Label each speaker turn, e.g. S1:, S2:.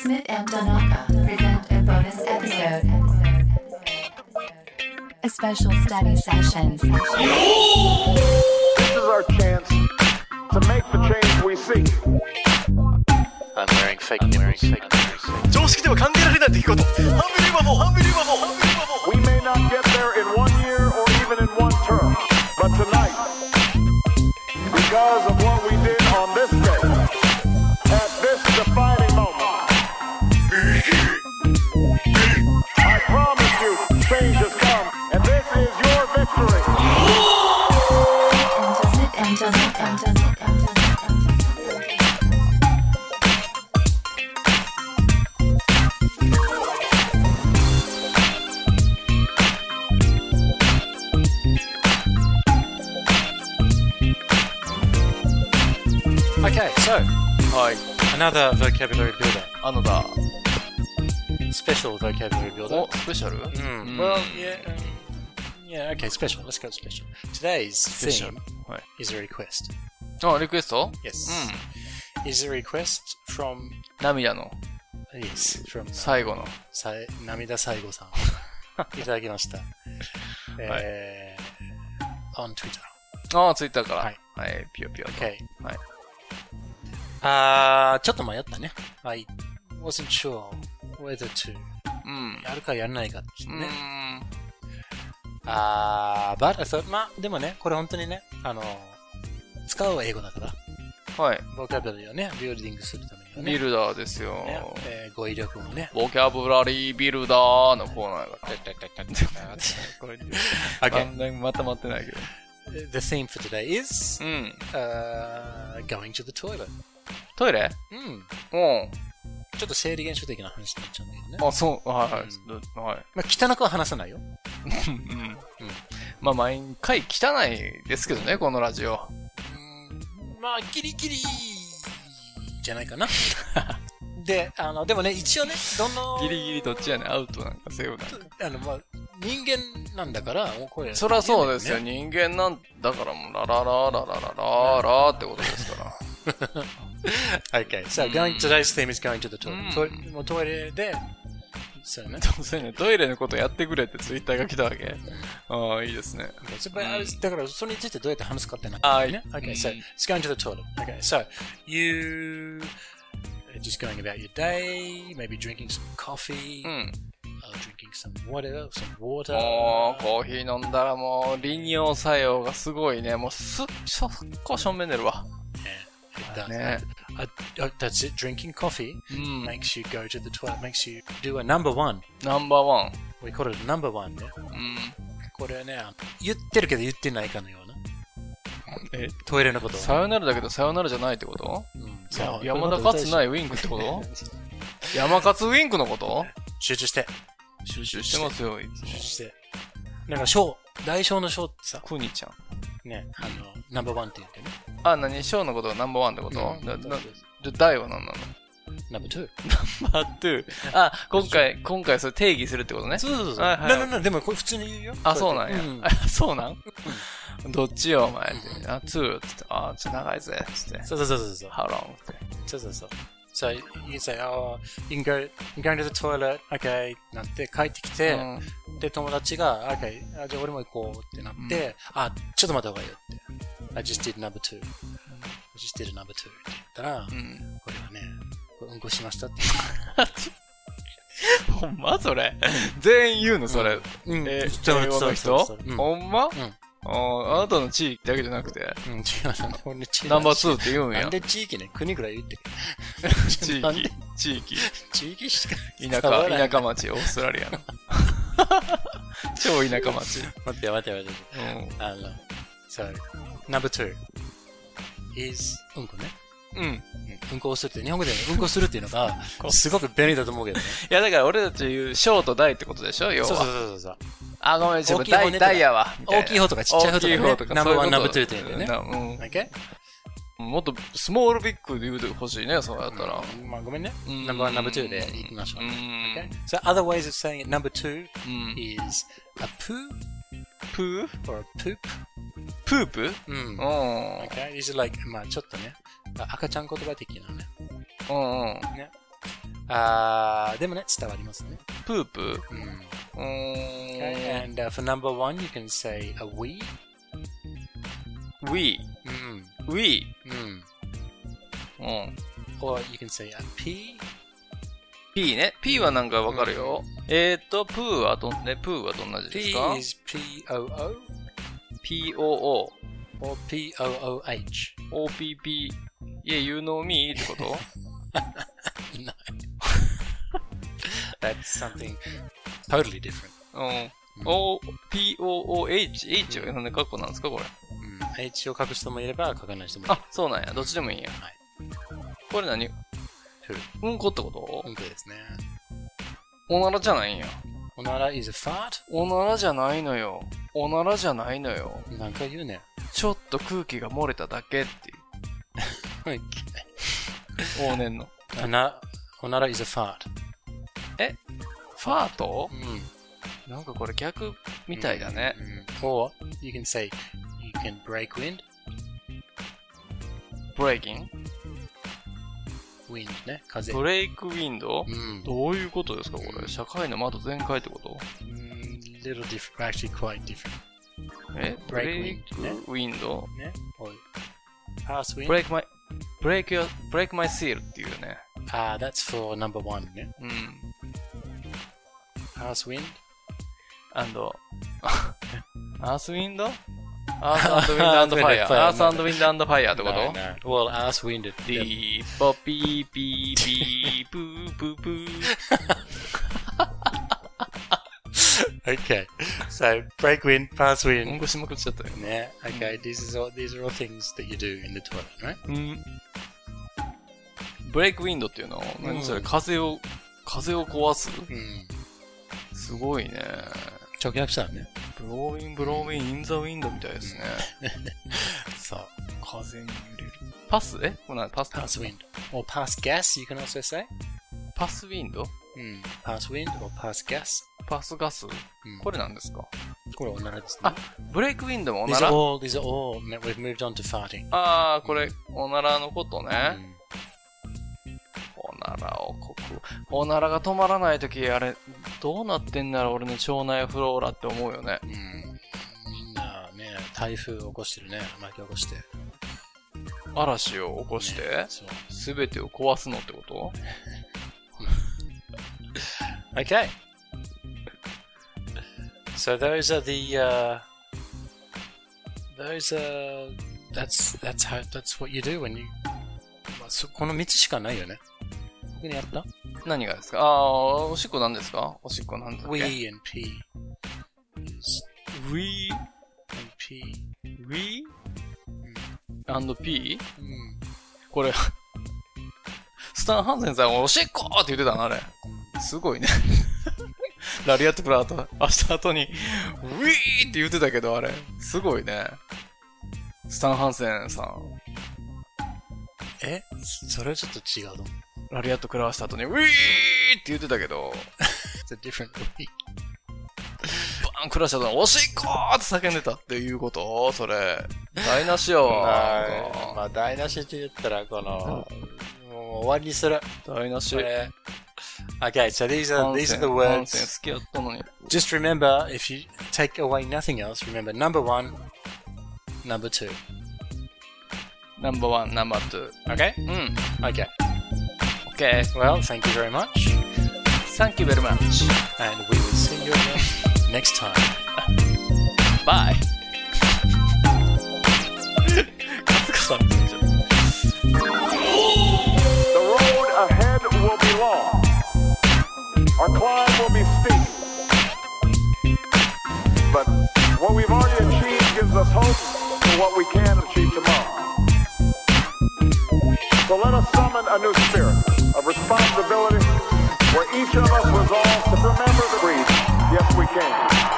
S1: Smith and Donaka present a bonus episode. A special study session.
S2: This is our chance to make the change we seek.
S3: I'm wearing fake I'm wearing fake nipples.
S4: 常識では考えられない出来事ハンビリーバボーハンビリーバボーハンビリーバボー
S2: We may not get there in one year or even in one term, but tonight, because of what we did on this day, at this defining moment, I promise you, change has come, and this is your victory.
S1: Smith and Donaka.
S5: Okay, so I another vocabulary builder,
S3: あのだ。
S5: special vocabulary builder.
S3: お、スペシャル
S5: Mm.
S3: うん
S5: Well, yeah, um, yeah. Okay, special. Let's go special. Today's
S3: Special.
S5: theme
S3: Right.
S5: is a request.
S3: あ、リクエスト
S5: Yes,
S3: うん。
S5: is a request from
S3: 涙の
S5: yes from
S3: 最後の。
S5: さえ涙最後 さんいただきました。えー Uh, on Twitter.
S3: ああ、ツイッターから。
S5: は
S3: はいい。はい、ピヨピヨ。
S5: Okay.
S3: はい。
S5: あーちょっと迷ったね。I wasn't sure whether to
S3: うん。
S5: やるかやらないかって
S3: う
S5: ね。
S3: ーん。
S5: あー、but I thought, まあ、でもね、これ本当にね、あの、使うは英語だから、
S3: はい。
S5: ボキャブラリーをね、ビルディングするためにはね、
S3: ビルダーですよ。
S5: ねえー語彙力もね、
S3: ボキャブラリービルダーのコーナーが。 これ、
S5: Okay.
S3: 完全にまとまってないけど。
S5: The theme for today is、
S3: うん。
S5: uh, going to the toilet.
S3: トイレ
S5: うん。
S3: う
S5: ちょっと生理現象的な話になっちゃうんだけどね。
S3: ん。あ、そう。はいはい
S5: うん
S3: ど。はい。
S5: まあ、汚くは話さないよ。
S3: うん。まあ、毎回汚いですけどね、このラジオ。
S5: うんまあ、ギリギリじゃない かな。で、あの、でもね、一応ね、どの、
S3: ギリギリどっちやねん、アウトなんかセーフなんか。
S5: あの、まあ、人間なんだから、もうこれ。
S3: そりゃそうですよ。
S5: ね
S3: 人間なんだからもう、ララララララララってことですから。
S5: Okay, so going today's theme is going to the toilet.
S3: う
S5: ト
S3: ん
S5: イレもうトイレで、そうね。
S3: 当然ね、トイレのことやってくれってツイッターが来たわけ。ああ、いいですね。
S5: So, but I was- だから、それについてどうやって話すかってな。
S3: はい
S5: ね。
S3: う
S5: Okay,
S3: ん
S5: so it's going to the toilet. Okay, so you are just going about your day, maybe drinking some
S3: う
S5: coffee,
S3: ん。
S5: or drinking some whatever, some water.
S3: もう、コーヒー飲んだらもう、利尿作用がすごいね。もう、すっ、そっこ正面出るわ。
S5: It does.
S3: ね。
S5: I- I- That's it. Drinking coffee
S3: うん。
S5: makes you go to the toilet, makes you do a number one.
S3: ナンバーワン。
S5: We call it a number one ね。
S3: うん。
S5: これはね、あの言ってるけど言ってないかのような。
S3: え、
S5: トイレのことをね
S3: さよならだけどさよならじゃないってこと
S5: うん
S3: や山田勝つないウィンクってこと山勝ウィンクのこと
S5: 集中して、
S3: 集中してますよ、いつも
S5: 集中して。なんか、賞、大賞の賞ってさ、
S3: くにちゃん。
S5: ね、あの、ナンバーワンって言ってね。
S3: あ、何ショーのことがナンバーワンってこと、
S5: うん
S3: だだじゃ、大は何なの
S5: ナンバーツー。
S3: バートゥー。あ、今回、今回それ定義するってことね。
S5: そうそうそう。
S3: は
S5: ない
S3: は
S5: な
S3: い
S5: なでもこれ普通に言うよ。
S3: あ、そうなんや。
S5: ん
S3: あ、 そうなんどっちよ、お前って。あ、ツーって言って、あ、ちょっと長いぜ、つって。
S5: そうそうそうそうそう。
S3: ハロンって。
S5: そうそうそう。So, you can say, oh, you can go, you're going to the toilet, okay, なって帰ってきて、
S3: うん
S5: で、友達が、okay, あじゃあ俺も行こうってなって、あ、ちょっと待った方がいいよって。I just did number two. I just did number two. って言ったら、
S3: うん。
S5: これはね、これうんこしましたって。
S3: ほんまそれ。全員言うの、それ。
S5: うん
S3: え
S5: そう
S3: 英語
S5: そ
S3: の
S5: うそう
S3: 人
S5: そううん
S3: ほんま
S5: ん
S3: ああなたの地域だけじゃなくて、
S5: うん、違うな。俺の地域
S3: ナンバー2って言うん
S5: な
S3: や
S5: ん。で地域ね、国ぐらい言ってく
S3: 地
S5: なんで
S3: 域、地域、
S5: 地域しか
S3: 田舎、
S5: 使わない
S3: 田舎町、オーストラリ アの。超田舎町。
S5: 待って待って待って。あの、そう。number two is うんこね。
S3: うん。うん。い
S5: うんこをするって、日本語でねうんこするっていうのが、すごく便利だと思うけどね。
S3: や、だから俺たち言う、ショーと大ってことでしょ要
S5: そうそう
S3: は。
S5: そうそう。
S3: あ、ごめん、ちょ
S5: 大
S3: っと
S5: きい方
S3: 大、
S5: ね
S3: 大やわ。みた
S5: 大
S3: な
S5: きい方とかちっちゃい方とかね。
S3: 大きい方とか、
S5: ナンバーワン、ナ
S3: そ
S5: ン
S3: う
S5: バ
S3: い
S5: ーツー
S3: うこと
S5: って言うんだよね。
S3: なうん
S5: OK?
S3: もっとスモールビッグで言うてほしいね、そうやったら。
S5: まあごめんね。
S3: うん
S5: ナンバーワン、ナンバーツーで行きましょう
S3: う。ん
S5: Okay? So other ways of saying it, number two
S3: うん。
S5: is a poo
S3: プー
S5: or a poop.
S3: プープ
S5: うん
S3: うん。
S5: Okay, these are like, まあちょっとね、あ赤ちゃん言葉的なね。
S3: うんうん。
S5: あーでもね、伝わりますね。
S3: プープ
S5: うん
S3: うーん。
S5: And uh, for number one, you can say a wee.
S3: ウィー。
S5: Mm,
S3: ウィー。
S5: mm.
S3: うん。
S5: Or you can say a pee.
S3: P ね。P はなんかわかるよ。えーっと、プーはどん、ね、プーはどんな字
S5: P
S3: ですか
S5: is P O O
S3: ?POO。
S5: or P O O H.
S3: OPP。いや、You know me ってこと
S5: No. That's something totally different.
S3: う
S5: う
S3: ん。
S5: ん
S3: O, P, O, O, H, H はなんでカッコなんですかこれ。
S5: うん H を書く人もいれば書かない人もいる
S3: あ。、そうなんや。どっちでもいいんや。
S5: はい
S3: これ何
S5: ふる
S3: うんこってこと
S5: うんこですね。
S3: おならじゃないんや。
S5: おなら is a fart?
S3: おならじゃないのよ。おならじゃないのよ。
S5: なんか言うね。
S3: ちょっと空気が漏れただけっていう。往年の。
S5: おなおなら is a fart. Mm.
S3: ファート
S5: うん
S3: なんかこれ逆みたいだね。。
S5: うん Mm. Or you can say you can break wind.
S3: ブレイキン
S5: Wind ね。風。
S3: ブレイクウィンド
S5: うん。
S3: どういうことですかこれ。社会の窓全開ってこと
S5: うん Mm, little different, actually quite different.
S3: えブレイ
S5: Break wind
S3: ク
S5: ね
S3: ウィンド
S5: ね。Or pass
S3: ブレ
S5: wind.
S3: イクマイ、ブレイクよ、ブレイクマイシールっていうよね。
S5: Ah, that's for number one ね。
S3: うん。
S5: Pass wind.
S3: アンド、 アースウィンドア ースウィンドファイ
S5: Fire,
S3: ア。
S5: fire
S3: アースウィンドファイアってこと
S5: No, no. Well, ass wind. it-
S3: リーポピーピー ピープープープー。
S5: Okay. So break wind, pass
S3: うん
S5: wind.
S3: こしまくっちゃったよ。
S5: Yeah. Okay. These is all. These are all things that you do in the toilet, right?
S3: うん。ブレイクウィンドっていうの何それ
S5: うん
S3: 風を、風を壊す
S5: Hmm.
S3: すごいね。
S5: 直訳したらね。
S3: ブローインブローインインザウィンドみたいですね。
S5: So
S3: 風に揺れる。パスえこれ何パス
S5: pass wind or pass gas. You can also say
S3: パスウィンド
S5: mm. pass wind or pass gas.
S3: パスガス
S5: うん
S3: これなんですか
S5: これおならですね。
S3: あ、ブレイクウィンドもおな
S5: These are
S3: ら
S5: all. These are all. We've moved on to farting.
S3: あー、これ、おならのことね。
S5: Mm.
S3: おならをこく。おならが止まらないとき、あれ、どうなってんだろう、俺の腸内フローラって思うよね。
S5: うんみんなね、台風起こしてるね、巻き起こして。起
S3: 嵐を起こして、
S5: そう。
S3: すべてを壊すのってこと
S5: Okay! So those are the, uh, those are, that's, that's how, that's what you do when you, まあ、そこの3つしかないよね。僕にやった
S3: 何がですかあー、おしっこなんですかおしっこなんですか
S5: ?we and p is,
S3: We,
S5: and p,
S3: we, and P?
S5: うん、
S3: これ、スタン・ハンセンさん、おしっこって言ってたのあれ。すごいね。 ラリアット・プラート、明日後に、ウィーって言ってたけど、あれ。すごいね。スタン・ハンセンさん、
S5: え eh? それはちょっと違うと思う。
S3: ラリアット食らわした後に、ウィーって言ってたけど、
S5: It's a different way.
S3: バーン食らした後に、おしっこって叫んでたっていうことそれ。台無し
S5: Oh,
S3: よ。Oh.
S5: まあ、台無しって言ったら、この、もう終わりにする。
S3: 台無し。
S5: Okay, Eh. so these are
S3: ハンセ
S5: these
S3: ン
S5: are the
S3: ハンセン
S5: words.
S3: 好きやったのに。
S5: Just remember, if you take away nothing else, remember number one, number two.
S3: ナンバーワン、ナンバーツ
S5: Okay.
S3: ー。うん。
S5: Okay.
S3: オッケー。
S5: Well, thank you very much,
S3: Thank you very much.
S5: and we will see you again next time.
S3: Bye.
S5: カツカさんみたいじゃん。
S2: The road ahead will be long. Our climb will be steep. But what we've already achieved gives us hope for what we can achieve tomorrow. So let us summon a new spirit of responsibility where each of us resolves to remember the creed, yes we can.